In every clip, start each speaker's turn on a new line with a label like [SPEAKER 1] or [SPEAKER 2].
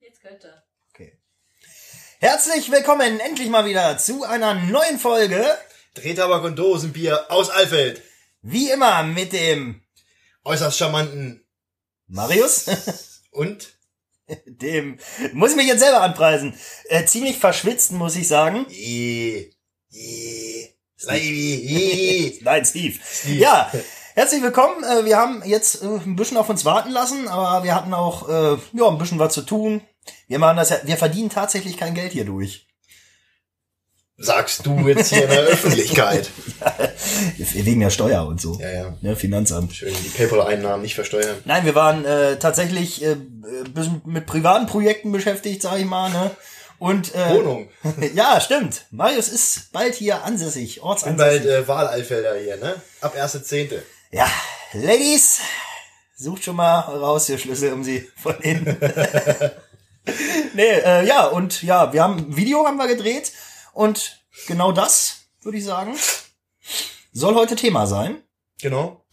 [SPEAKER 1] Jetzt könnte.
[SPEAKER 2] Okay. Herzlich willkommen endlich mal wieder zu einer neuen Folge.
[SPEAKER 3] Drehtabak und Dosenbier aus Alfeld.
[SPEAKER 2] Wie immer mit dem
[SPEAKER 3] Äußerst charmanten.
[SPEAKER 2] Marius,
[SPEAKER 3] Und?
[SPEAKER 2] dem, muss ich mich jetzt selber anpreisen, äh, ziemlich verschwitzt, muss ich sagen.
[SPEAKER 3] Yeah. Yeah. Slimy. Yeah.
[SPEAKER 2] Nein, Steve. Ja, herzlich willkommen. Äh, Wir haben jetzt äh, ein bisschen auf uns warten lassen, aber wir hatten auch äh, ja, ein bisschen was zu tun. Wir machen das ja, wir verdienen tatsächlich kein Geld hier durch.
[SPEAKER 3] Sagst du jetzt hier in der Öffentlichkeit.
[SPEAKER 2] Wegen der Steuer und so.
[SPEAKER 3] Ja, ja.
[SPEAKER 2] Ne, Finanzamt.
[SPEAKER 3] Schön die PayPal-Einnahmen nicht versteuern.
[SPEAKER 2] Nein, wir waren äh, tatsächlich äh, ein bisschen mit privaten Projekten beschäftigt, sag ich mal, ne? Und äh,
[SPEAKER 3] Wohnung.
[SPEAKER 2] Ja, stimmt. Marius ist bald hier ansässig,
[SPEAKER 3] Bin bald
[SPEAKER 2] ortsansässig.
[SPEAKER 3] äh, Wahlalfelder hier, ne? Ab 1.10.
[SPEAKER 2] Ja,
[SPEAKER 3] äh,
[SPEAKER 2] Ladies, sucht schon mal eure Haustürschlüssel um sie von innen. nee, äh, ja, und ja, wir haben ein Video haben wir gedreht und genau das, würde ich sagen, soll heute Thema sein.
[SPEAKER 3] Genau.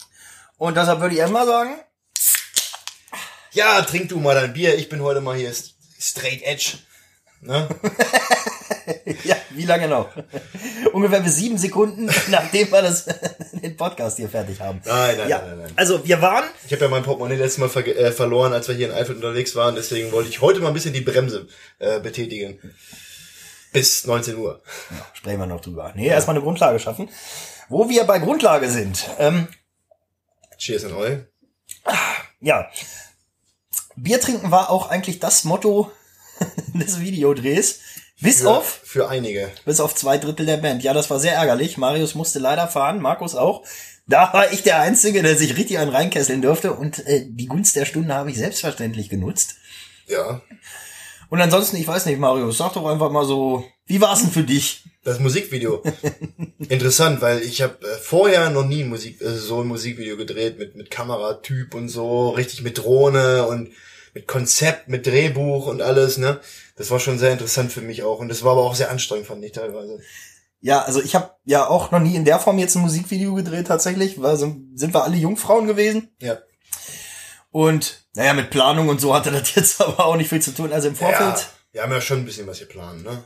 [SPEAKER 2] Und deshalb würde ich erstmal sagen,
[SPEAKER 3] Ja, trink du mal dein Bier. Ich bin heute mal hier st- straight edge. Ne?
[SPEAKER 2] Ja, wie lange noch? Ungefähr bis sieben Sekunden, nachdem wir das, den Podcast hier fertig haben.
[SPEAKER 3] Nein, nein,
[SPEAKER 2] ja,
[SPEAKER 3] nein, nein, nein.
[SPEAKER 2] Also wir waren,
[SPEAKER 3] Ich habe ja mein Portemonnaie letztes Mal verge- äh, verloren, als wir hier in Alfeld unterwegs waren. Deswegen wollte ich heute mal ein bisschen die Bremse äh, betätigen. Bis 19 Uhr.
[SPEAKER 2] sprechen wir noch drüber. Nee, erstmal eine Grundlage schaffen. Wo wir bei Grundlage sind. Ähm,
[SPEAKER 3] Cheers and all.
[SPEAKER 2] ja, Bier trinken war auch eigentlich das Motto des Videodrehs. Bis
[SPEAKER 3] Für,
[SPEAKER 2] auf
[SPEAKER 3] für einige.
[SPEAKER 2] Bis auf zwei Drittel der Band. Ja, das war sehr ärgerlich. Marius musste leider fahren, Markus auch. Da war ich der Einzige, der sich richtig einen reinkesseln durfte und äh, die Gunst der Stunde habe ich selbstverständlich genutzt.
[SPEAKER 3] Ja.
[SPEAKER 2] Und ansonsten, ich weiß nicht, Marius, sag doch einfach mal so, wie war's denn für dich?
[SPEAKER 3] Das Musikvideo. Interessant, weil ich habe äh, vorher noch nie Musik, äh, so ein Musikvideo gedreht mit, mit Kameratyp und so, richtig mit Drohne und mit Konzept, mit Drehbuch und alles, ne? Das war schon sehr interessant für mich auch. Und das war aber auch sehr anstrengend, fand ich teilweise.
[SPEAKER 2] Ja, also ich habe ja auch noch nie in der Form jetzt ein Musikvideo gedreht tatsächlich, weil so sind wir alle Jungfrauen gewesen.
[SPEAKER 3] Ja.
[SPEAKER 2] Und naja, mit Planung und so hatte das jetzt aber auch nicht viel zu tun. Also im Vorfeld.
[SPEAKER 3] Ja, wir haben ja schon ein bisschen was geplant, ne?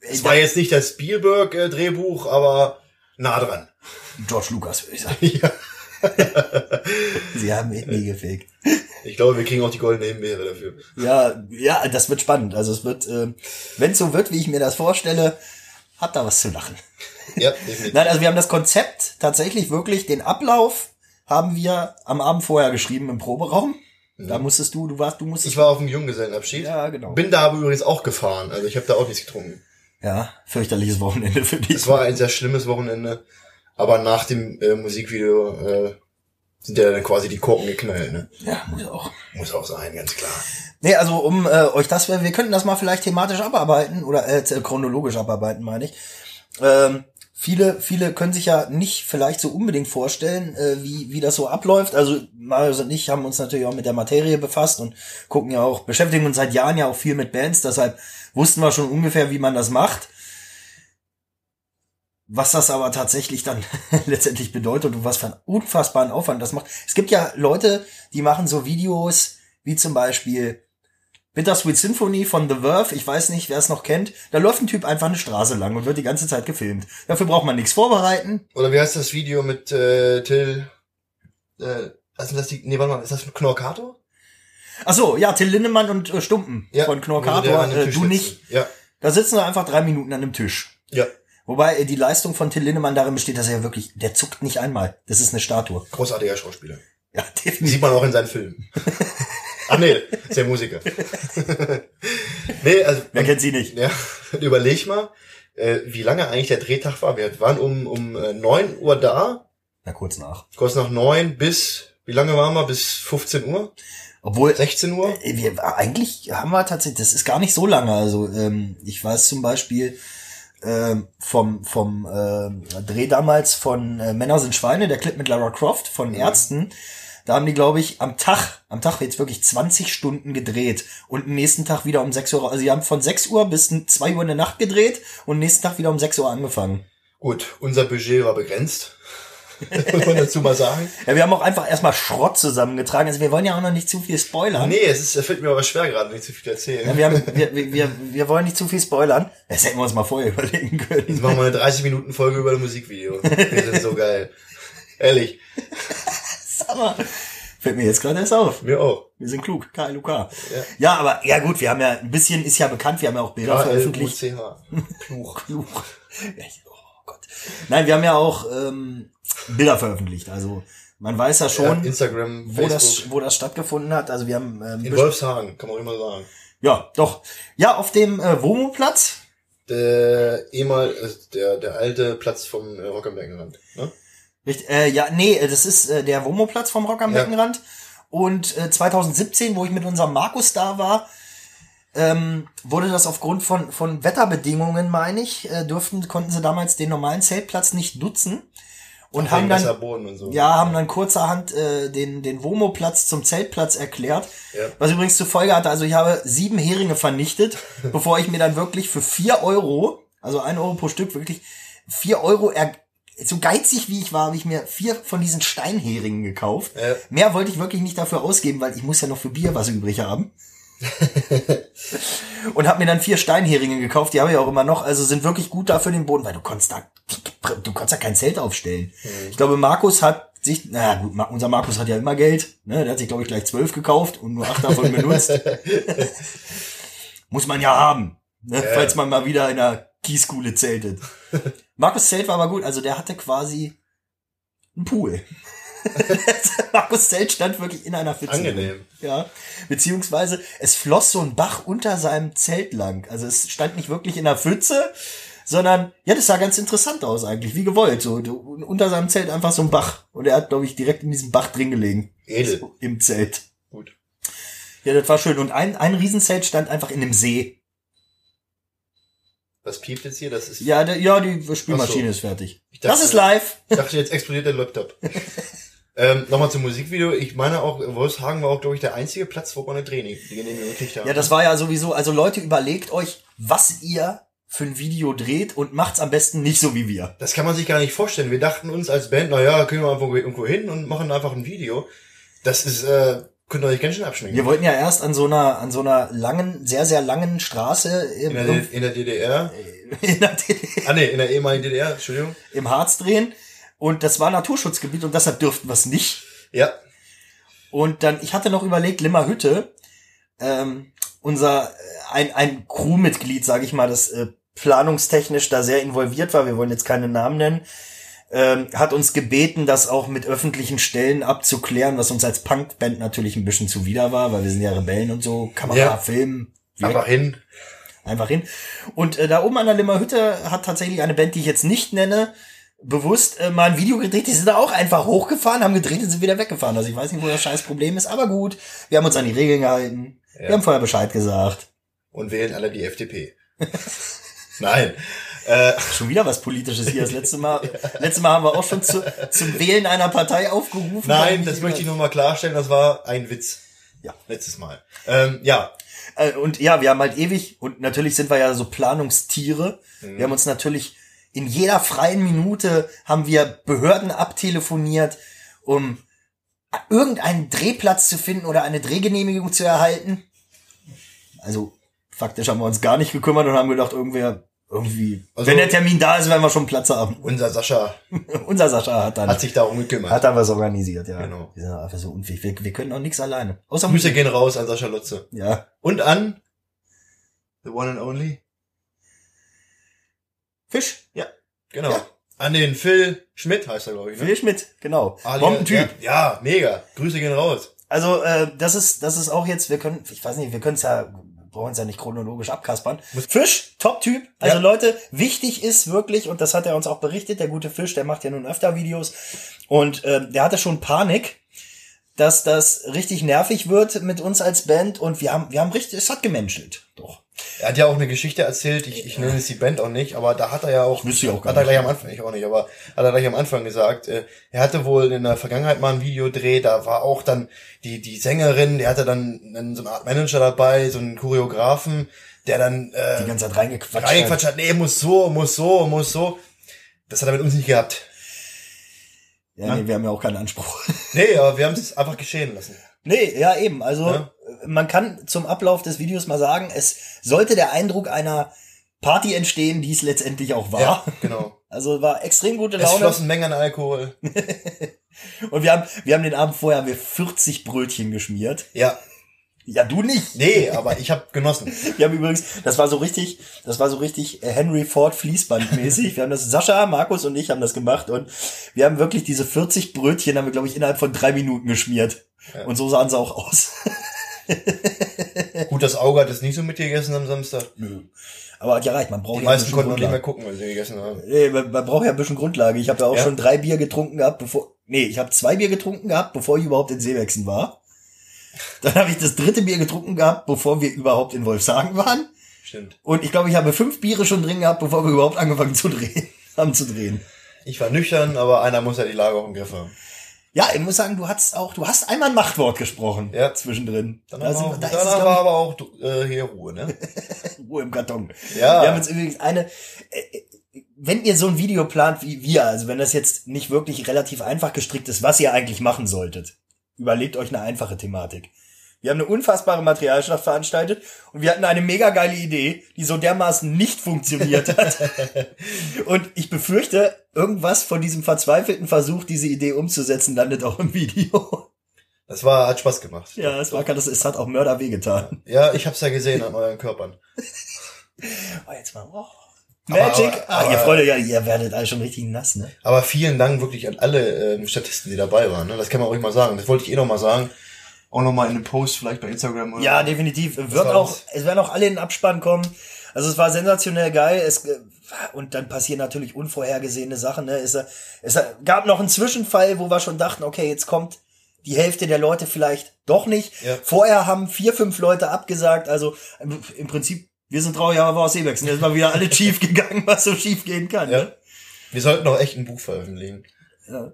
[SPEAKER 2] äh,
[SPEAKER 3] Es war jetzt nicht das Spielberg-Drehbuch, aber nah dran.
[SPEAKER 2] George Lucas, würde ich sagen.
[SPEAKER 3] Ja.
[SPEAKER 2] Sie haben ihn nie gefegt.
[SPEAKER 3] Ich glaube, wir kriegen auch die goldene Himbeere dafür.
[SPEAKER 2] Ja, ja, das wird spannend. Also es wird, äh, wenn es so wird, wie ich mir das vorstelle, hat da was zu lachen.
[SPEAKER 3] Ja, definitiv.
[SPEAKER 2] Nein, also wir haben das Konzept tatsächlich wirklich, den Ablauf haben wir am Abend vorher geschrieben im Proberaum. Da musstest du, du warst, du musstest.
[SPEAKER 3] Ich war auf dem Junggesellenabschied.
[SPEAKER 2] Ja, genau.
[SPEAKER 3] Bin da aber übrigens auch gefahren. Also ich habe da auch nichts getrunken.
[SPEAKER 2] ja, fürchterliches Wochenende für dich.
[SPEAKER 3] Es war ein sehr schlimmes Wochenende. Aber nach dem äh, Musikvideo äh, sind ja dann quasi die Korken geknallt. Ne?
[SPEAKER 2] Ja, muss auch.
[SPEAKER 3] Muss auch sein, ganz klar.
[SPEAKER 2] Nee, also um äh, euch das, wir könnten das mal vielleicht thematisch abarbeiten oder äh, chronologisch abarbeiten, meine ich. Ähm, viele, viele können sich ja nicht vielleicht so unbedingt vorstellen, äh, wie, wie das so abläuft. Also Marius und ich haben uns natürlich auch mit der Materie befasst und gucken ja auch, beschäftigen uns seit Jahren ja auch viel mit Bands, deshalb wussten wir schon ungefähr, wie man das macht. Was das aber tatsächlich dann letztendlich bedeutet und was für einen unfassbaren Aufwand das macht. Es gibt ja Leute, die machen so Videos wie zum Beispiel Bittersweet Symphony von The Verve, ich weiß nicht, wer es noch kennt, da läuft ein Typ einfach eine Straße lang und wird die ganze Zeit gefilmt. Dafür braucht man nichts vorbereiten.
[SPEAKER 3] Oder wie heißt das Video mit äh, Till? Äh, was sind das die? Nee, warte mal, ist das mit Knorkato?
[SPEAKER 2] Ach so, ja, Till Lindemann und äh, Stumpen von
[SPEAKER 3] wo sie da an
[SPEAKER 2] Knorkator,
[SPEAKER 3] dem
[SPEAKER 2] äh,
[SPEAKER 3] Tisch
[SPEAKER 2] du
[SPEAKER 3] sitzen.
[SPEAKER 2] nicht.
[SPEAKER 3] Ja,
[SPEAKER 2] Da sitzen wir einfach drei Minuten an einem Tisch.
[SPEAKER 3] ja,
[SPEAKER 2] Wobei äh, die Leistung von Till Lindemann darin besteht, dass er wirklich, der zuckt nicht einmal. Das ist eine Statue.
[SPEAKER 3] großartiger Schauspieler.
[SPEAKER 2] Ja,
[SPEAKER 3] Die
[SPEAKER 2] definitiv.
[SPEAKER 3] sieht man auch in seinen Filmen. Ach nee, ist der Musiker. nee, also
[SPEAKER 2] Wer kennt sie nicht?
[SPEAKER 3] Ja, überleg mal, äh, wie lange eigentlich der Drehtag war. Wir waren um, um äh, 9 Uhr da,
[SPEAKER 2] Na, kurz nach.
[SPEAKER 3] kurz nach 9 bis, wie lange waren wir? Bis 15 Uhr?
[SPEAKER 2] Obwohl,
[SPEAKER 3] 16 Uhr?
[SPEAKER 2] Äh, Wir, eigentlich haben wir tatsächlich, das ist gar nicht so lange. Also ähm, ich weiß zum Beispiel ähm, vom vom ähm, Dreh damals von äh, Männer sind Schweine, der Clip mit Lara Croft von Ärzten. Da haben die, glaube ich, am Tag, am Tag jetzt wirklich 20 Stunden gedreht und am nächsten Tag wieder um 6 Uhr, also die haben von 6 Uhr bis n- 2 Uhr in der Nacht gedreht und am nächsten Tag wieder um 6 Uhr angefangen.
[SPEAKER 3] Gut, unser Budget war begrenzt. muss man dazu mal sagen.
[SPEAKER 2] Ja, wir haben auch einfach erstmal Schrott zusammengetragen. Also wir wollen ja auch noch nicht zu viel spoilern.
[SPEAKER 3] Nee, es ist, es fällt mir aber schwer gerade, nicht zu viel zu
[SPEAKER 2] Ja,
[SPEAKER 3] erzählen.
[SPEAKER 2] wir, haben, wir, wir, wir, wir wollen nicht zu viel spoilern. Das hätten wir uns mal vorher überlegen können.
[SPEAKER 3] Jetzt machen wir eine 30-Minuten-Folge über ein Musikvideo. Wir sind so geil. Ehrlich,
[SPEAKER 2] Aber fällt mir jetzt gerade erst auf.
[SPEAKER 3] mir auch.
[SPEAKER 2] Wir sind klug, KLUK. Ja.
[SPEAKER 3] Ja.
[SPEAKER 2] ja, aber ja gut, wir haben ja ein bisschen, ist ja bekannt, wir haben ja auch Bilder veröffentlicht.
[SPEAKER 3] KLUCH. Kluch.
[SPEAKER 2] Klug. Ja, ich- Oh Gott. Nein, wir haben ja auch ähm, Bilder veröffentlicht. Also man weiß ja
[SPEAKER 3] Ja,
[SPEAKER 2] schon,
[SPEAKER 3] Instagram,
[SPEAKER 2] wo,
[SPEAKER 3] Facebook.
[SPEAKER 2] das, wo das stattgefunden hat. Also wir haben ähm,
[SPEAKER 3] in Wolfshagen, kann man auch immer sagen.
[SPEAKER 2] ja doch. Ja, auf dem äh, Womo-Platz.
[SPEAKER 3] Der ehemal, also der, der alte Platz vom äh, Rock am Beckenrand. Ne?
[SPEAKER 2] Richt- Äh, ja, nee, das ist äh, der Womo-Platz vom Rock am
[SPEAKER 3] Ja.
[SPEAKER 2] Beckenrand. Und äh, 2017, wo ich mit unserem Markus da war, ähm, wurde das aufgrund von, von Wetterbedingungen, meine ich, äh, dürften, konnten sie damals den normalen Zeltplatz nicht nutzen. Und haben
[SPEAKER 3] Wegen
[SPEAKER 2] dann,
[SPEAKER 3] besser Boden und so.
[SPEAKER 2] ja, haben dann kurzerhand äh, den, den Womo-Platz zum Zeltplatz erklärt.
[SPEAKER 3] Ja.
[SPEAKER 2] Was übrigens zur Folge hatte, also ich habe sieben Heringe vernichtet, bevor ich mir dann wirklich für vier Euro, also ein Euro pro Stück, wirklich vier Euro, er, so geizig wie ich war, habe ich mir vier von diesen Steinheringen gekauft.
[SPEAKER 3] Ja.
[SPEAKER 2] Mehr wollte ich wirklich nicht dafür ausgeben, weil ich muss ja noch für Bier was übrig haben. Und habe mir dann vier Steinheringe gekauft, die habe ich auch immer noch, also sind wirklich gut da für den Boden, weil du konntest da, du konntest da kein Zelt aufstellen.
[SPEAKER 3] Hm.
[SPEAKER 2] Ich glaube, Markus hat sich, na gut, Ma- unser Markus hat ja immer Geld, ne? der hat sich, glaube ich, gleich zwölf gekauft und nur acht davon benutzt. Muss man ja haben, ne? falls man mal wieder in einer Kieskuhle zeltet. Markus Zelt war aber gut, also der hatte quasi einen Pool. Markus Zelt stand wirklich in einer Pfütze.
[SPEAKER 3] Angenehm.
[SPEAKER 2] Ja, beziehungsweise es floss so ein Bach unter seinem Zelt lang. Also es stand nicht wirklich in der Pfütze, sondern ja, das sah ganz interessant aus eigentlich, wie gewollt. So du- unter seinem Zelt einfach so ein Bach. Und er hat, glaube ich, direkt in diesem Bach drin gelegen.
[SPEAKER 3] Edel.
[SPEAKER 2] So, Im Zelt.
[SPEAKER 3] Gut.
[SPEAKER 2] Ja, das war schön. Und ein, ein Riesenzelt stand einfach in dem See.
[SPEAKER 3] Was piept jetzt hier? Das ist.
[SPEAKER 2] Ja, der, ja die Spülmaschine
[SPEAKER 3] Ach so. äh,
[SPEAKER 2] ist fertig.
[SPEAKER 3] Ich dachte-
[SPEAKER 2] Das ist live.
[SPEAKER 3] Ich dachte, jetzt explodiert der Laptop. ähm, Nochmal zum Musikvideo. Ich meine auch, Wolfshagen war auch, glaube ich, der einzige Platz, wo man eine Training die Genehmigung gekriegt haben.
[SPEAKER 2] Ja, das war ja sowieso. Also Leute, überlegt euch, was ihr für ein Video dreht und macht's am besten nicht so wie wir.
[SPEAKER 3] Das kann man sich gar nicht vorstellen. Wir dachten uns als Band, naja, können wir einfach irgendwo hin und machen einfach ein Video. Das ist, äh, könnt ihr euch ganz schön abschminken.
[SPEAKER 2] Wir wollten ja erst an so einer, an so einer langen, sehr, sehr langen Straße
[SPEAKER 3] In
[SPEAKER 2] im,
[SPEAKER 3] der, D- in der DDR.
[SPEAKER 2] in der DDR
[SPEAKER 3] Ah nee, in der ehemaligen DDR, Entschuldigung.
[SPEAKER 2] im Harz drehen. Und das war Naturschutzgebiet und deshalb dürften wir es nicht.
[SPEAKER 3] Ja.
[SPEAKER 2] Und dann, ich hatte noch überlegt, Limmerhütte, ähm, unser, äh, ein, ein Crewmitglied, sage ich mal, das äh, planungstechnisch da sehr involviert war, wir wollen jetzt keine Namen nennen, ähm, hat uns gebeten, das auch mit öffentlichen Stellen abzuklären, was uns als Punkband natürlich ein bisschen zuwider war, weil wir sind ja Rebellen und so, Kamera,
[SPEAKER 3] Ja.
[SPEAKER 2] Film, weg.
[SPEAKER 3] Einfach hin.
[SPEAKER 2] einfach hin. Und äh, da oben an der Limmerhütte hat tatsächlich eine Band, die ich jetzt nicht nenne, bewusst äh, mal ein Video gedreht. Die sind da auch einfach hochgefahren, haben gedreht und sind wieder weggefahren. Also ich weiß nicht, wo das scheiß Problem ist, aber gut, wir haben uns an die Regeln gehalten.
[SPEAKER 3] Ja.
[SPEAKER 2] Wir haben vorher Bescheid gesagt.
[SPEAKER 3] Und wählen alle die FDP. Nein. Äh,
[SPEAKER 2] Schon wieder was Politisches hier. Das letzte Mal, letzte Mal haben wir auch schon zu, zum Wählen einer Partei aufgerufen.
[SPEAKER 3] nein, das möchte ich nochmal klarstellen. Das war ein Witz.
[SPEAKER 2] Ja.
[SPEAKER 3] Letztes Mal. Ähm, ja.
[SPEAKER 2] Äh, und ja, wir haben halt ewig, und natürlich sind wir ja so Planungstiere.
[SPEAKER 3] Mhm.
[SPEAKER 2] Wir haben uns natürlich in jeder freien Minute haben wir Behörden abtelefoniert, um irgendeinen Drehplatz zu finden oder eine Drehgenehmigung zu erhalten. Also faktisch haben wir uns gar nicht gekümmert und haben gedacht, irgendwer irgendwie,
[SPEAKER 3] Also-
[SPEAKER 2] wenn der Termin da ist, werden wir schon Platz haben.
[SPEAKER 3] Unser Sascha
[SPEAKER 2] Unser Sascha hat dann
[SPEAKER 3] hat
[SPEAKER 2] hat,
[SPEAKER 3] sich darum gekümmert.
[SPEAKER 2] dann was organisiert, ja.
[SPEAKER 3] Genau.
[SPEAKER 2] Wir sind einfach so unfähig. Wir, wir können auch nichts alleine. Außer
[SPEAKER 3] Grüße
[SPEAKER 2] Musik.
[SPEAKER 3] gehen raus an Sascha Lotze.
[SPEAKER 2] Ja.
[SPEAKER 3] Und an The One and Only.
[SPEAKER 2] Fisch.
[SPEAKER 3] Genau.
[SPEAKER 2] Ja.
[SPEAKER 3] An den Phil Schmidt heißt er, glaube ich. Ne?
[SPEAKER 2] Will Schmidt, genau.
[SPEAKER 3] Ali-
[SPEAKER 2] Bombentyp.
[SPEAKER 3] Ja, ja, mega. Grüße gehen raus.
[SPEAKER 2] Also äh, das ist das ist auch jetzt, wir können, ich weiß nicht, wir können es ja, brauchen es ja nicht chronologisch abkaspern. Fisch, Top-Typ. Also
[SPEAKER 3] Ja.
[SPEAKER 2] Leute, wichtig ist wirklich, und das hat er uns auch berichtet, der gute Fisch, der macht ja nun öfter Videos und äh, der hatte schon Panik, dass das richtig nervig wird mit uns als Band und wir haben wir haben richtig, es hat gemenschelt. Doch.
[SPEAKER 3] Er hat ja auch eine Geschichte erzählt, ich, ich nenne jetzt die Band auch nicht, aber da hat er ja auch,
[SPEAKER 2] wüsste ich auch gar
[SPEAKER 3] hat er
[SPEAKER 2] nicht.
[SPEAKER 3] gleich am Anfang, ich auch nicht, aber hat er gleich am Anfang gesagt, äh, er hatte wohl in der Vergangenheit mal ein Videodreh, da war auch dann die, die Sängerin, die hatte dann einen, so eine Art Manager dabei, so einen Choreografen, der dann, äh,
[SPEAKER 2] Die ganze halt. Zeit reingequatscht. hat.
[SPEAKER 3] reingequatscht hat, nee, muss so, muss so, muss so. Das hat er mit uns nicht gehabt.
[SPEAKER 2] Ja,
[SPEAKER 3] Ja.
[SPEAKER 2] nee, wir haben ja auch keinen Anspruch.
[SPEAKER 3] Nee, aber wir haben es einfach geschehen lassen.
[SPEAKER 2] Nee, ja, eben. Also
[SPEAKER 3] Ja.
[SPEAKER 2] man kann zum Ablauf des Videos mal sagen, es sollte der Eindruck einer Party entstehen, die es letztendlich auch war.
[SPEAKER 3] genau.
[SPEAKER 2] Also war extrem gute
[SPEAKER 3] Es
[SPEAKER 2] Laune.
[SPEAKER 3] flossen Mengen an Alkohol.
[SPEAKER 2] Und wir haben, wir haben den Abend vorher haben wir 40 Brötchen geschmiert.
[SPEAKER 3] Ja,
[SPEAKER 2] Ja, du nicht.
[SPEAKER 3] nee, aber ich habe genossen.
[SPEAKER 2] Wir haben übrigens, das war so richtig, das war so richtig äh, Henry Ford Fließbandmäßig. Wir haben das, Sascha, Markus und ich haben das gemacht und wir haben wirklich diese 40 Brötchen haben wir, glaube ich, innerhalb von drei Minuten geschmiert.
[SPEAKER 3] Ja.
[SPEAKER 2] Und so sahen sie auch aus.
[SPEAKER 3] Gut, das Auge hat es nicht so mitgegessen am Samstag.
[SPEAKER 2] Nö. Aber hat ja reicht, man braucht
[SPEAKER 3] Die
[SPEAKER 2] ja ein
[SPEAKER 3] meisten
[SPEAKER 2] bisschen
[SPEAKER 3] konnten noch nicht
[SPEAKER 2] Grundlage.
[SPEAKER 3] mehr gucken, weil sie gegessen haben.
[SPEAKER 2] Nee, man, man braucht ja ein bisschen Grundlage. Ich habe ja auch
[SPEAKER 3] Ja.
[SPEAKER 2] schon drei Bier getrunken gehabt, bevor. Nee, ich habe zwei Bier getrunken gehabt, bevor ich überhaupt in Seewechsen war. Dann habe ich das dritte Bier getrunken gehabt, bevor wir überhaupt in Wolfshagen waren.
[SPEAKER 3] Stimmt.
[SPEAKER 2] Und ich glaube, ich habe fünf Biere schon drin gehabt, bevor wir überhaupt angefangen zu drehen, haben zu drehen.
[SPEAKER 3] Ich war nüchtern, aber einer muss ja die Lage auch im Griff haben.
[SPEAKER 2] Ja, ich muss sagen, du hast auch, du hast einmal ein Machtwort gesprochen.
[SPEAKER 3] Ja.
[SPEAKER 2] Zwischendrin.
[SPEAKER 3] Dann
[SPEAKER 2] da sind,
[SPEAKER 3] war,
[SPEAKER 2] wir-
[SPEAKER 3] auch,
[SPEAKER 2] da ist es,
[SPEAKER 3] danach
[SPEAKER 2] glaub
[SPEAKER 3] war aber auch äh, hier Ruhe, ne?
[SPEAKER 2] ich, Ruhe im Karton.
[SPEAKER 3] Ja.
[SPEAKER 2] Wir haben jetzt übrigens eine, äh, äh, wenn ihr so ein Video plant wie wir, also wenn das jetzt nicht wirklich relativ einfach gestrickt ist, was ihr eigentlich machen solltet, überlegt euch eine einfache Thematik. Wir haben eine unfassbare Materialschaft veranstaltet und wir hatten eine mega geile Idee, die so dermaßen nicht funktioniert hat. und ich befürchte, irgendwas von diesem verzweifelten Versuch, diese Idee umzusetzen, landet auch im Video.
[SPEAKER 3] Das war, hat Spaß gemacht.
[SPEAKER 2] ja, es war das, es hat auch Mörder wehgetan.
[SPEAKER 3] Ja, ich hab's ja gesehen an euren Körpern.
[SPEAKER 2] Oh, jetzt mal, oh.
[SPEAKER 3] Aber-
[SPEAKER 2] Magic!
[SPEAKER 3] aber-
[SPEAKER 2] ah, ihr
[SPEAKER 3] aber-
[SPEAKER 2] Freunde, ja, ihr werdet alle schon richtig nass, ne?
[SPEAKER 3] Aber vielen Dank wirklich an alle ähm, Statisten, die dabei waren. Ne? Das kann man ruhig mal sagen. Das wollte ich eh noch mal sagen. Auch noch mal in einem Post vielleicht bei Instagram oder
[SPEAKER 2] Ja, definitiv. Wird
[SPEAKER 3] war
[SPEAKER 2] auch,
[SPEAKER 3] uns-
[SPEAKER 2] es werden auch alle in den Abspann kommen. Also es war sensationell geil. Es, äh, und dann passieren natürlich unvorhergesehene Sachen. Ne? Es, äh, es äh, gab noch einen Zwischenfall, wo wir schon dachten, okay, jetzt kommt die Hälfte der Leute vielleicht doch nicht.
[SPEAKER 3] Ja.
[SPEAKER 2] Vorher haben vier, fünf Leute abgesagt. Also im im Prinzip, wir sind traurig, aber wir aus Seewechseln. Jetzt ist mal wieder alle schief gegangen, was so schief gehen kann.
[SPEAKER 3] Ja.
[SPEAKER 2] Ne?
[SPEAKER 3] Wir sollten doch echt ein Buch veröffentlichen.
[SPEAKER 2] Ja,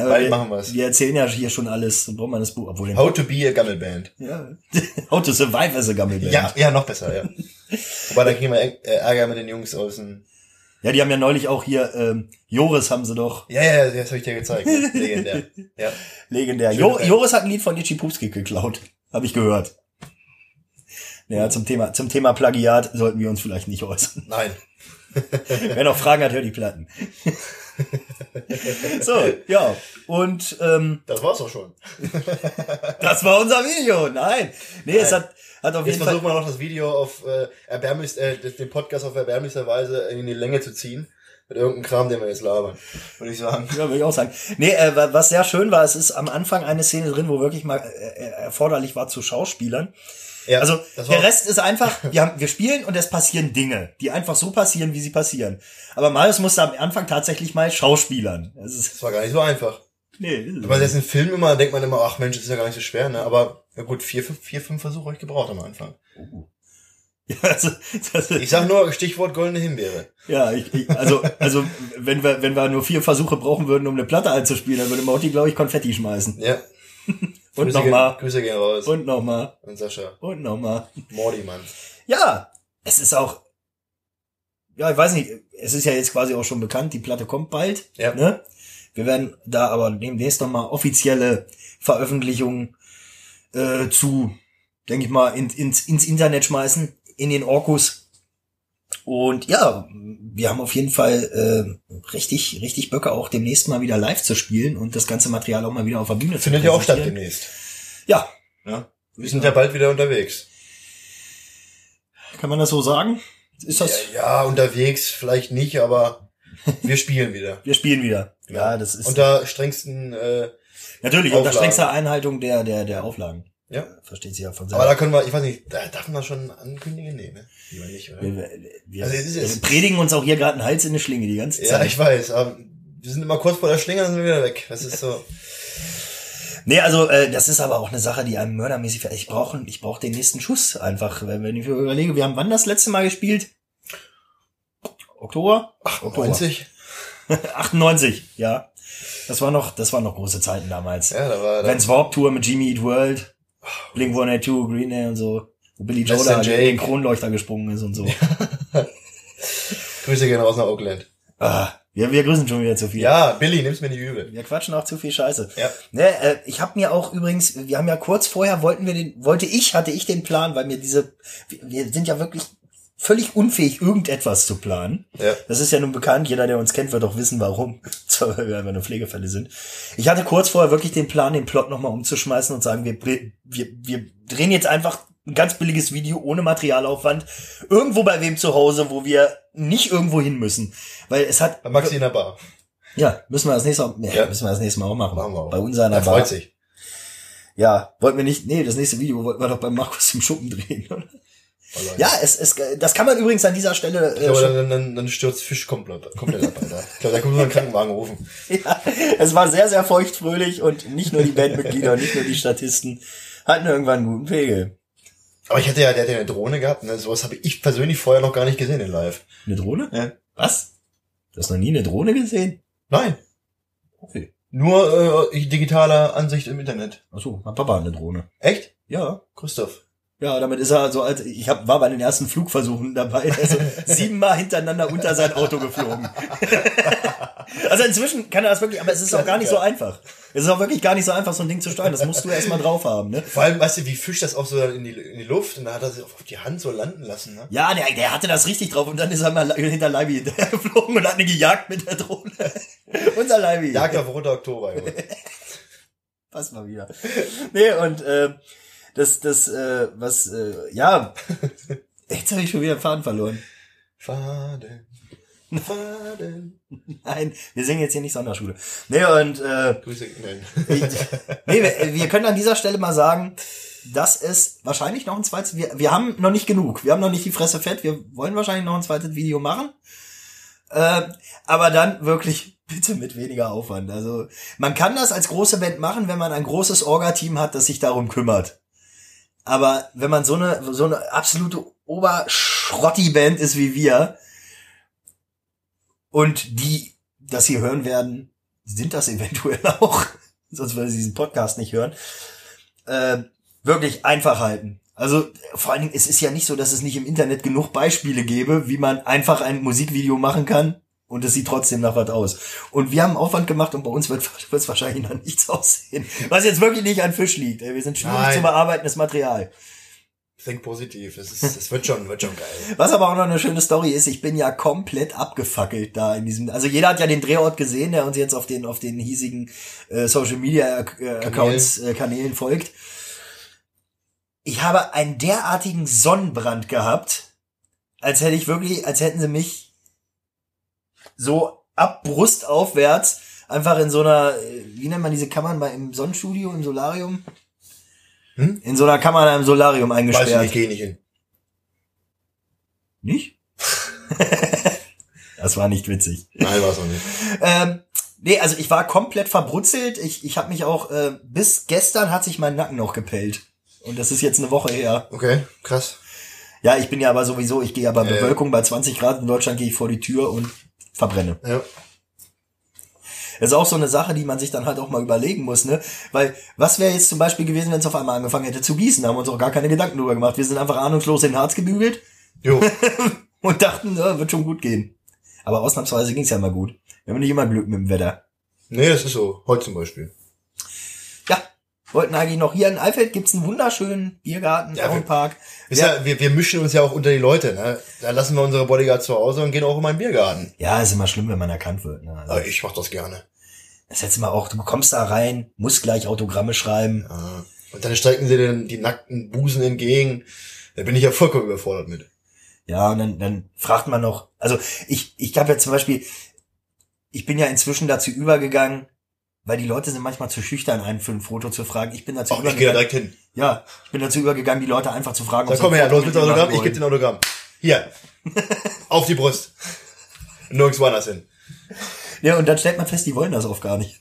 [SPEAKER 2] aber
[SPEAKER 3] Bald
[SPEAKER 2] wir,
[SPEAKER 3] machen wir's.
[SPEAKER 2] Wir erzählen Äh, ja hier schon alles. Dann brauchen wir das Buch. Obwohl, den,
[SPEAKER 3] How to be a Gummel Band.
[SPEAKER 2] ja. How to survive as a gummy bear.
[SPEAKER 3] Ja, ja, noch besser, ja. Wobei, da kriegen wir Ä- äh, Ärger mit den Jungs aus dem...
[SPEAKER 2] Ja, die haben ja neulich auch hier, ähm, Joris haben sie doch.
[SPEAKER 3] Ja, ja, das habe ich dir gezeigt. ne? Legendär. Ja.
[SPEAKER 2] Legendär.
[SPEAKER 3] Schöne
[SPEAKER 2] Jo
[SPEAKER 3] Band.
[SPEAKER 2] Joris hat ein Lied von Itchy Pupski geklaut. Habe ich gehört. Ja, zum Thema, zum Thema Plagiat sollten wir uns vielleicht nicht äußern.
[SPEAKER 3] Nein.
[SPEAKER 2] Wer noch Fragen hat, hört die Platten. so, ja. Und ähm,
[SPEAKER 3] Das war's auch schon.
[SPEAKER 2] das war unser Video. Nein. Nee, es
[SPEAKER 3] Nein.
[SPEAKER 2] hat, hat auf
[SPEAKER 3] Jetzt
[SPEAKER 2] jeden Fall.
[SPEAKER 3] versuchen wir noch das Video auf äh, erbärmlich, äh, den Podcast auf erbärmlichste Weise in die Länge zu ziehen. Mit irgendeinem Kram, den wir jetzt labern. Würde ich sagen.
[SPEAKER 2] Ja, würde ich auch sagen. Nee, äh, wa- was sehr schön war, es ist am Anfang eine Szene drin, wo wirklich mal äh, äh, erforderlich war zu Schauspielern.
[SPEAKER 3] Ja,
[SPEAKER 2] Also
[SPEAKER 3] das war
[SPEAKER 2] der Rest ist einfach, wir, haben, wir spielen und es passieren Dinge, die einfach so passieren, wie sie passieren. Aber Marius musste am Anfang tatsächlich mal schauspielern. Das ist,
[SPEAKER 3] Das war gar nicht so einfach.
[SPEAKER 2] nee,
[SPEAKER 3] Wenn man jetzt einen Film immer, denkt man immer, ach Mensch, das ist ja gar nicht so schwer, ne? Aber ja gut, vier, fünf, vier, fünf Versuche habe ich gebraucht am Anfang.
[SPEAKER 2] Oh. ja, also, das,
[SPEAKER 3] Ich sag nur Stichwort goldene Himbeere.
[SPEAKER 2] ja ich, ich, also, also wenn, wir, wenn wir nur vier Versuche brauchen würden, um eine Platte einzuspielen, dann würde Morty, glaube ich, Konfetti schmeißen.
[SPEAKER 3] Ja.
[SPEAKER 2] Und
[SPEAKER 3] Grüße
[SPEAKER 2] nochmal,
[SPEAKER 3] Gehen, Grüße gehen raus. Und,
[SPEAKER 2] und nochmal,
[SPEAKER 3] Sascha.
[SPEAKER 2] und nochmal.
[SPEAKER 3] Mordi, Mann.
[SPEAKER 2] Ja, es ist auch, ja, ich weiß nicht, es ist ja jetzt quasi auch schon bekannt, die Platte kommt bald.
[SPEAKER 3] Ja.
[SPEAKER 2] Ne? Wir werden da aber demnächst nochmal offizielle Veröffentlichungen äh, zu, denke ich mal, in, ins, ins Internet schmeißen, in den Orkus. Und ja, wir haben auf jeden Fall äh, richtig, richtig Böcke auch demnächst mal wieder live zu spielen und das ganze Material auch mal wieder auf der Bühne zu
[SPEAKER 3] Findet ja auch statt
[SPEAKER 2] präsentieren.
[SPEAKER 3] demnächst.
[SPEAKER 2] Ja,
[SPEAKER 3] Ne? Wir sind ja bald wieder unterwegs.
[SPEAKER 2] kann man das so sagen? Ist
[SPEAKER 3] Ja,
[SPEAKER 2] das?
[SPEAKER 3] ja, unterwegs vielleicht nicht, aber wir spielen wieder.
[SPEAKER 2] Wir spielen wieder. Ja, das ist
[SPEAKER 3] Unter strengsten, äh,
[SPEAKER 2] Natürlich, unter
[SPEAKER 3] Auflagen.
[SPEAKER 2] strengster Einhaltung der, der, der Auflagen. Äh,
[SPEAKER 3] Ja.
[SPEAKER 2] Versteht sich ja von
[SPEAKER 3] aber
[SPEAKER 2] selber.
[SPEAKER 3] da können wir, ich weiß nicht, da darf man das schon ankündigen? Nee, ne? Lieber nicht, oder?
[SPEAKER 2] wir, wir, wir,
[SPEAKER 3] Also es ist-
[SPEAKER 2] wir predigen uns auch hier gerade einen Hals in eine Schlinge die ganze
[SPEAKER 3] Ja,
[SPEAKER 2] Zeit.
[SPEAKER 3] ich weiß, aber wir sind immer kurz vor der Schlinge, dann sind wir wieder weg. Das ist so.
[SPEAKER 2] nee, also äh, das ist aber auch eine Sache, die einem mördermäßig... ver- Ich brauche ich brauch den nächsten Schuss einfach. Wenn, wenn ich mir überlege, wir haben wann das letzte Mal gespielt? Oktober?
[SPEAKER 3] Ach,
[SPEAKER 2] Oktober.
[SPEAKER 3] 90?
[SPEAKER 2] 98, ja. Das war noch, das waren noch große Zeiten damals.
[SPEAKER 3] Ja, da war, da
[SPEAKER 2] Vans Warp Tour mit Jimmy Eat World, Blink 182, Green Day und so. Wo Billy Joe
[SPEAKER 3] Less
[SPEAKER 2] da
[SPEAKER 3] than
[SPEAKER 2] in
[SPEAKER 3] Jake.
[SPEAKER 2] den Kronleuchter gesprungen ist und so.
[SPEAKER 3] Grüße gehen raus nach Oakland.
[SPEAKER 2] Ah, Wir, wir grüßen schon wieder zu viel.
[SPEAKER 3] Ja, Billy, nimm's mir nicht übel.
[SPEAKER 2] Wir quatschen auch zu viel Scheiße.
[SPEAKER 3] Ja.
[SPEAKER 2] Ne, äh, ich habe mir auch übrigens, wir haben ja kurz vorher wollten wir den, wollte ich, hatte ich den Plan, weil mir diese, wir- wir sind ja wirklich völlig unfähig, irgendetwas zu planen.
[SPEAKER 3] Ja.
[SPEAKER 2] Das ist ja nun bekannt. Jeder, der uns kennt, wird auch wissen, warum. So, weil wir einfach nur Pflegefälle sind. Ich hatte kurz vorher wirklich den Plan, den Plot nochmal umzuschmeißen und sagen, wir, bre- wir, wir drehen jetzt einfach ein ganz billiges Video ohne Materialaufwand irgendwo bei wem zu Hause, wo wir nicht irgendwo hin müssen. Weil es hat
[SPEAKER 3] Bei Maxi in der Bar.
[SPEAKER 2] ja, müssen wir das nächste Mal, nee,
[SPEAKER 3] Ja.
[SPEAKER 2] müssen wir das nächste Mal auch machen.
[SPEAKER 3] Machen wir auch.
[SPEAKER 2] Bei uns einer
[SPEAKER 3] Er
[SPEAKER 2] Bar.
[SPEAKER 3] freut sich.
[SPEAKER 2] Ja, wollten wir nicht, nee, das nächste Video wollten wir doch bei Markus im Schuppen drehen, oder?
[SPEAKER 3] Also,
[SPEAKER 2] Ja, es, es, das kann man übrigens an dieser Stelle,
[SPEAKER 3] Ich
[SPEAKER 2] äh,
[SPEAKER 3] glaube,
[SPEAKER 2] schon,
[SPEAKER 3] dann, dann, dann stürzt Fisch komplett, komplett ab, Alter. Ich glaube, da kommt nur ein Krankenwagen rufen.
[SPEAKER 2] ja, es war sehr, sehr feuchtfröhlich und nicht nur die Bandmitglieder und nicht nur die Statisten hatten irgendwann einen guten Pegel.
[SPEAKER 3] Aber ich hatte ja, der hat ja eine Drohne gehabt, ne? Sowas habe ich persönlich vorher noch gar nicht gesehen in live.
[SPEAKER 2] Eine Drohne?
[SPEAKER 3] Ja.
[SPEAKER 2] Was? Du hast noch nie eine Drohne gesehen?
[SPEAKER 3] Nein.
[SPEAKER 2] Okay.
[SPEAKER 3] Nur äh, digitaler Ansicht im Internet.
[SPEAKER 2] Ach so, mein Papa hat eine Drohne.
[SPEAKER 3] Echt?
[SPEAKER 2] Ja.
[SPEAKER 3] Christoph.
[SPEAKER 2] Ja, damit ist er so alt. Ich hab, war bei den ersten Flugversuchen dabei. Also siebenmal hintereinander unter sein Auto geflogen. also inzwischen kann er das wirklich, aber es ist auch gar nicht so einfach. Es ist auch wirklich gar nicht so einfach, so ein Ding zu steuern. Das musst du erstmal drauf haben, ne?
[SPEAKER 3] Vor allem, weißt du, wie Fisch das auch so dann in die, in die Luft und da hat er sich auf die Hand so landen lassen, ne?
[SPEAKER 2] Ja, der, der hatte das richtig drauf und dann ist er mal hinter Leibi hinterher geflogen und hat ihn gejagt mit der Drohne. Unser Leibi.
[SPEAKER 3] Jagd auf roter Oktober, Junge.
[SPEAKER 2] Pass mal wieder. Nee, und äh, das, das, äh, was, äh, ja. Jetzt habe ich schon wieder den Faden verloren.
[SPEAKER 3] Faden. Faden.
[SPEAKER 2] Nein, wir singen jetzt hier nicht Sonderschule. Nee, und äh,
[SPEAKER 3] Grüße. Nein.
[SPEAKER 2] ich, nee, wir, äh, wir können an dieser Stelle mal sagen, dass es wahrscheinlich noch ein zweites. Wir, wir haben noch nicht genug. Wir haben noch nicht die Fresse fett. Wir wollen wahrscheinlich noch ein zweites Video machen. Äh, aber dann wirklich bitte mit weniger Aufwand. Also man kann das als große Band machen, wenn man ein großes Orga-Team hat, das sich darum kümmert. Aber wenn man so eine so eine absolute Oberschrotti-Band ist wie wir und die das hier hören werden, sind das eventuell auch sonst würde sie diesen Podcast nicht hören, äh, wirklich einfach halten. Also vor allen Dingen, es ist ja nicht so, dass es nicht im Internet genug Beispiele gäbe, wie man einfach ein Musikvideo machen kann und es sieht trotzdem nach was aus. Und wir haben Aufwand gemacht und bei uns wird es wahrscheinlich nach nichts aussehen. Was jetzt wirklich nicht an Fisch liegt. Ey, Wir sind schwierig
[SPEAKER 3] Nein.
[SPEAKER 2] zu bearbeitendes Material.
[SPEAKER 3] Denk positiv. Es, ist, es wird schon, wird schon geil.
[SPEAKER 2] Was aber auch noch eine schöne Story ist, ich bin ja komplett abgefackelt da in diesem. Also jeder hat ja den Drehort gesehen, der uns jetzt auf den auf den hiesigen äh, Social Media äh, Accounts äh, Kanälen folgt. Ich habe einen derartigen Sonnenbrand gehabt, als hätte ich wirklich, als hätten sie mich so ab Brust aufwärts einfach in so einer, äh, wie nennt man diese Kammern bei im Sonnenstudio im Solarium?
[SPEAKER 3] Hm?
[SPEAKER 2] In so einer Kammer in einem Solarium eingesperrt.
[SPEAKER 3] Weiß ich nicht, geh nicht hin.
[SPEAKER 2] Nicht? das war nicht witzig.
[SPEAKER 3] Nein, war's noch nicht.
[SPEAKER 2] Ähm, nee, also ich war komplett verbrutzelt. Ich, ich habe mich auch, äh, bis gestern hat sich mein Nacken noch gepellt. Und das ist jetzt eine Woche her.
[SPEAKER 3] Okay, krass.
[SPEAKER 2] Ja, ich bin ja aber sowieso, ich gehe ja bei
[SPEAKER 3] Ja, ja.
[SPEAKER 2] Bewölkung bei 20 Grad in Deutschland, gehe ich vor die Tür und verbrenne.
[SPEAKER 3] Ja.
[SPEAKER 2] Das ist auch so eine Sache, die man sich dann halt auch mal überlegen muss, ne? Weil, was wäre jetzt zum Beispiel gewesen, wenn es auf einmal angefangen hätte zu gießen? Da haben wir uns auch gar keine Gedanken drüber gemacht. Wir sind einfach ahnungslos in den Harz gebügelt
[SPEAKER 3] Jo.
[SPEAKER 2] und dachten, ja, wird schon gut gehen. Aber ausnahmsweise ging's ja mal gut. Wir haben nicht immer Glück mit dem Wetter.
[SPEAKER 3] Nee, das ist so. Heute zum Beispiel.
[SPEAKER 2] Ja, wollten eigentlich noch hier in Eifeld gibt's einen wunderschönen Biergarten,
[SPEAKER 3] Ja, wir-
[SPEAKER 2] ja, Park.
[SPEAKER 3] Ist ja, wir, wir mischen uns ja auch unter die Leute, ne? Da lassen wir unsere Bodyguards zu Hause und gehen auch in meinen Biergarten.
[SPEAKER 2] Ja, ist immer schlimm, wenn man erkannt wird. Ne? Also,
[SPEAKER 3] Aber ich mach das gerne.
[SPEAKER 2] das letzte Mal auch, du kommst da rein, musst gleich Autogramme schreiben.
[SPEAKER 3] Ja. Und dann strecken sie den, die nackten Busen entgegen. Da bin ich ja vollkommen überfordert mit.
[SPEAKER 2] Ja, und dann, dann fragt man noch, also ich, ich habe ja zum Beispiel, ich bin ja inzwischen dazu übergegangen, weil die Leute sind manchmal zu schüchtern, einen für ein Foto zu fragen. Ich bin dazu
[SPEAKER 3] Auch ich gehe da
[SPEAKER 2] übergegangen.
[SPEAKER 3] direkt hin.
[SPEAKER 2] Ja, ich bin dazu übergegangen, die Leute einfach zu fragen,
[SPEAKER 3] Da
[SPEAKER 2] ob sie ein
[SPEAKER 3] komm her,
[SPEAKER 2] Foto
[SPEAKER 3] los
[SPEAKER 2] mit
[SPEAKER 3] mit
[SPEAKER 2] mir
[SPEAKER 3] dem
[SPEAKER 2] machen
[SPEAKER 3] Autogramm. Ich
[SPEAKER 2] wollen.
[SPEAKER 3] gebe den Autogramm. Hier. Auf die Brust. Nirgends woanders hin.
[SPEAKER 2] Ja, und dann stellt man fest, die wollen das oft gar nicht.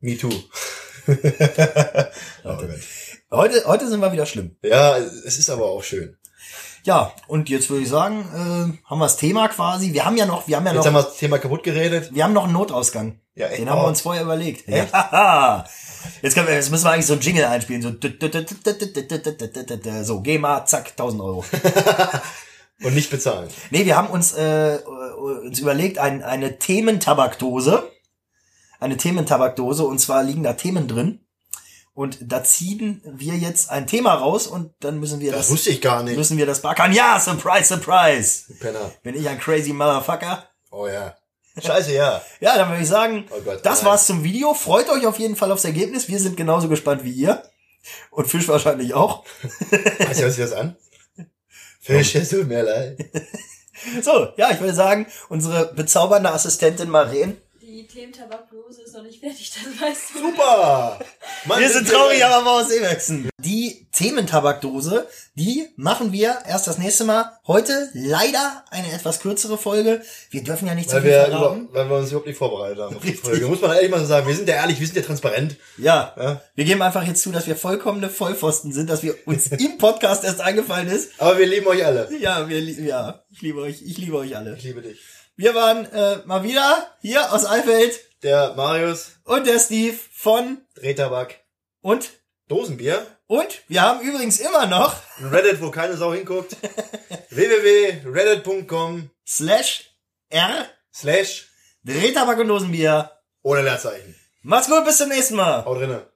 [SPEAKER 3] Me too. oh Gott.
[SPEAKER 2] Heute, heute sind wir wieder schlimm.
[SPEAKER 3] Ja, es ist aber auch schön.
[SPEAKER 2] Ja, und jetzt würde ich sagen, äh, haben wir das Thema quasi. Wir haben ja noch, wir haben ja
[SPEAKER 3] Jetzt
[SPEAKER 2] noch,
[SPEAKER 3] haben wir das Thema kaputt geredet.
[SPEAKER 2] wir haben noch einen Notausgang.
[SPEAKER 3] Ja, echt?
[SPEAKER 2] Den haben wir
[SPEAKER 3] Oh.
[SPEAKER 2] uns vorher überlegt.
[SPEAKER 3] Echt?
[SPEAKER 2] Ja. Jetzt, können wir, jetzt müssen wir eigentlich so einen Jingle einspielen. So, tüt, tüt, tüt, tüt, tüt, tüt, tüt, tüt, tüt, tüt, so GEMA, zack, 1000 Euro.
[SPEAKER 3] Und nicht bezahlen.
[SPEAKER 2] Nee, wir haben uns äh, uns überlegt, ein, eine Thementabakdose. Eine Thementabakdose und zwar liegen da Themen drin. Und da ziehen wir jetzt ein Thema raus und dann müssen wir
[SPEAKER 3] Das
[SPEAKER 2] das,
[SPEAKER 3] wusste ich gar nicht.
[SPEAKER 2] müssen wir das backern. Ja, surprise, surprise.
[SPEAKER 3] Penner.
[SPEAKER 2] Bin ich ein crazy Motherfucker?
[SPEAKER 3] Oh ja. Scheiße, ja.
[SPEAKER 2] Ja, dann würde ich sagen,
[SPEAKER 3] Oh Gott,
[SPEAKER 2] das
[SPEAKER 3] nein.
[SPEAKER 2] war's zum Video. Freut euch auf jeden Fall aufs Ergebnis. Wir sind genauso gespannt wie ihr. Und Fisch wahrscheinlich auch.
[SPEAKER 3] Weißt du, hörst du das an? Fisch, es tut mir leid.
[SPEAKER 2] So, ja, ich würde sagen, unsere bezaubernde Assistentin Maren.
[SPEAKER 1] Die Thementabakdose ist noch nicht fertig, das weißt du.
[SPEAKER 3] Super! Mann,
[SPEAKER 2] Wir sind traurig, aber mal aus
[SPEAKER 3] eh
[SPEAKER 2] Ewachsen. Die Thementabakdose, die machen wir erst das nächste Mal. Heute leider eine etwas kürzere Folge. Wir dürfen ja nicht zu
[SPEAKER 3] Weil
[SPEAKER 2] viel
[SPEAKER 3] wir,
[SPEAKER 2] verraten.
[SPEAKER 3] über, weil wir uns überhaupt nicht vorbereitet haben auf die
[SPEAKER 2] Richtig.
[SPEAKER 3] Folge. Muss man ehrlich mal so sagen, wir sind ja ehrlich, wir sind ja transparent.
[SPEAKER 2] Ja,
[SPEAKER 3] Ja.
[SPEAKER 2] wir geben einfach jetzt zu, dass wir vollkommene Vollpfosten sind, dass wir uns im Podcast erst eingefallen ist.
[SPEAKER 3] Aber wir lieben euch alle.
[SPEAKER 2] Ja, wir, lie- ja, ich liebe euch, ich liebe euch alle.
[SPEAKER 3] Ich liebe dich.
[SPEAKER 2] Wir waren äh, mal wieder hier aus Eifeld
[SPEAKER 3] Der Marius,
[SPEAKER 2] und der Steve von
[SPEAKER 3] Drehtabak,
[SPEAKER 2] und
[SPEAKER 3] Dosenbier,
[SPEAKER 2] und wir haben übrigens immer noch
[SPEAKER 3] Reddit, wo keine Sau hinguckt, www.reddit.com
[SPEAKER 2] slash r
[SPEAKER 3] slash
[SPEAKER 2] Drehtabak und Dosenbier.
[SPEAKER 3] ohne Leerzeichen.
[SPEAKER 2] Macht's gut, bis zum nächsten Mal.
[SPEAKER 3] Haut drinne.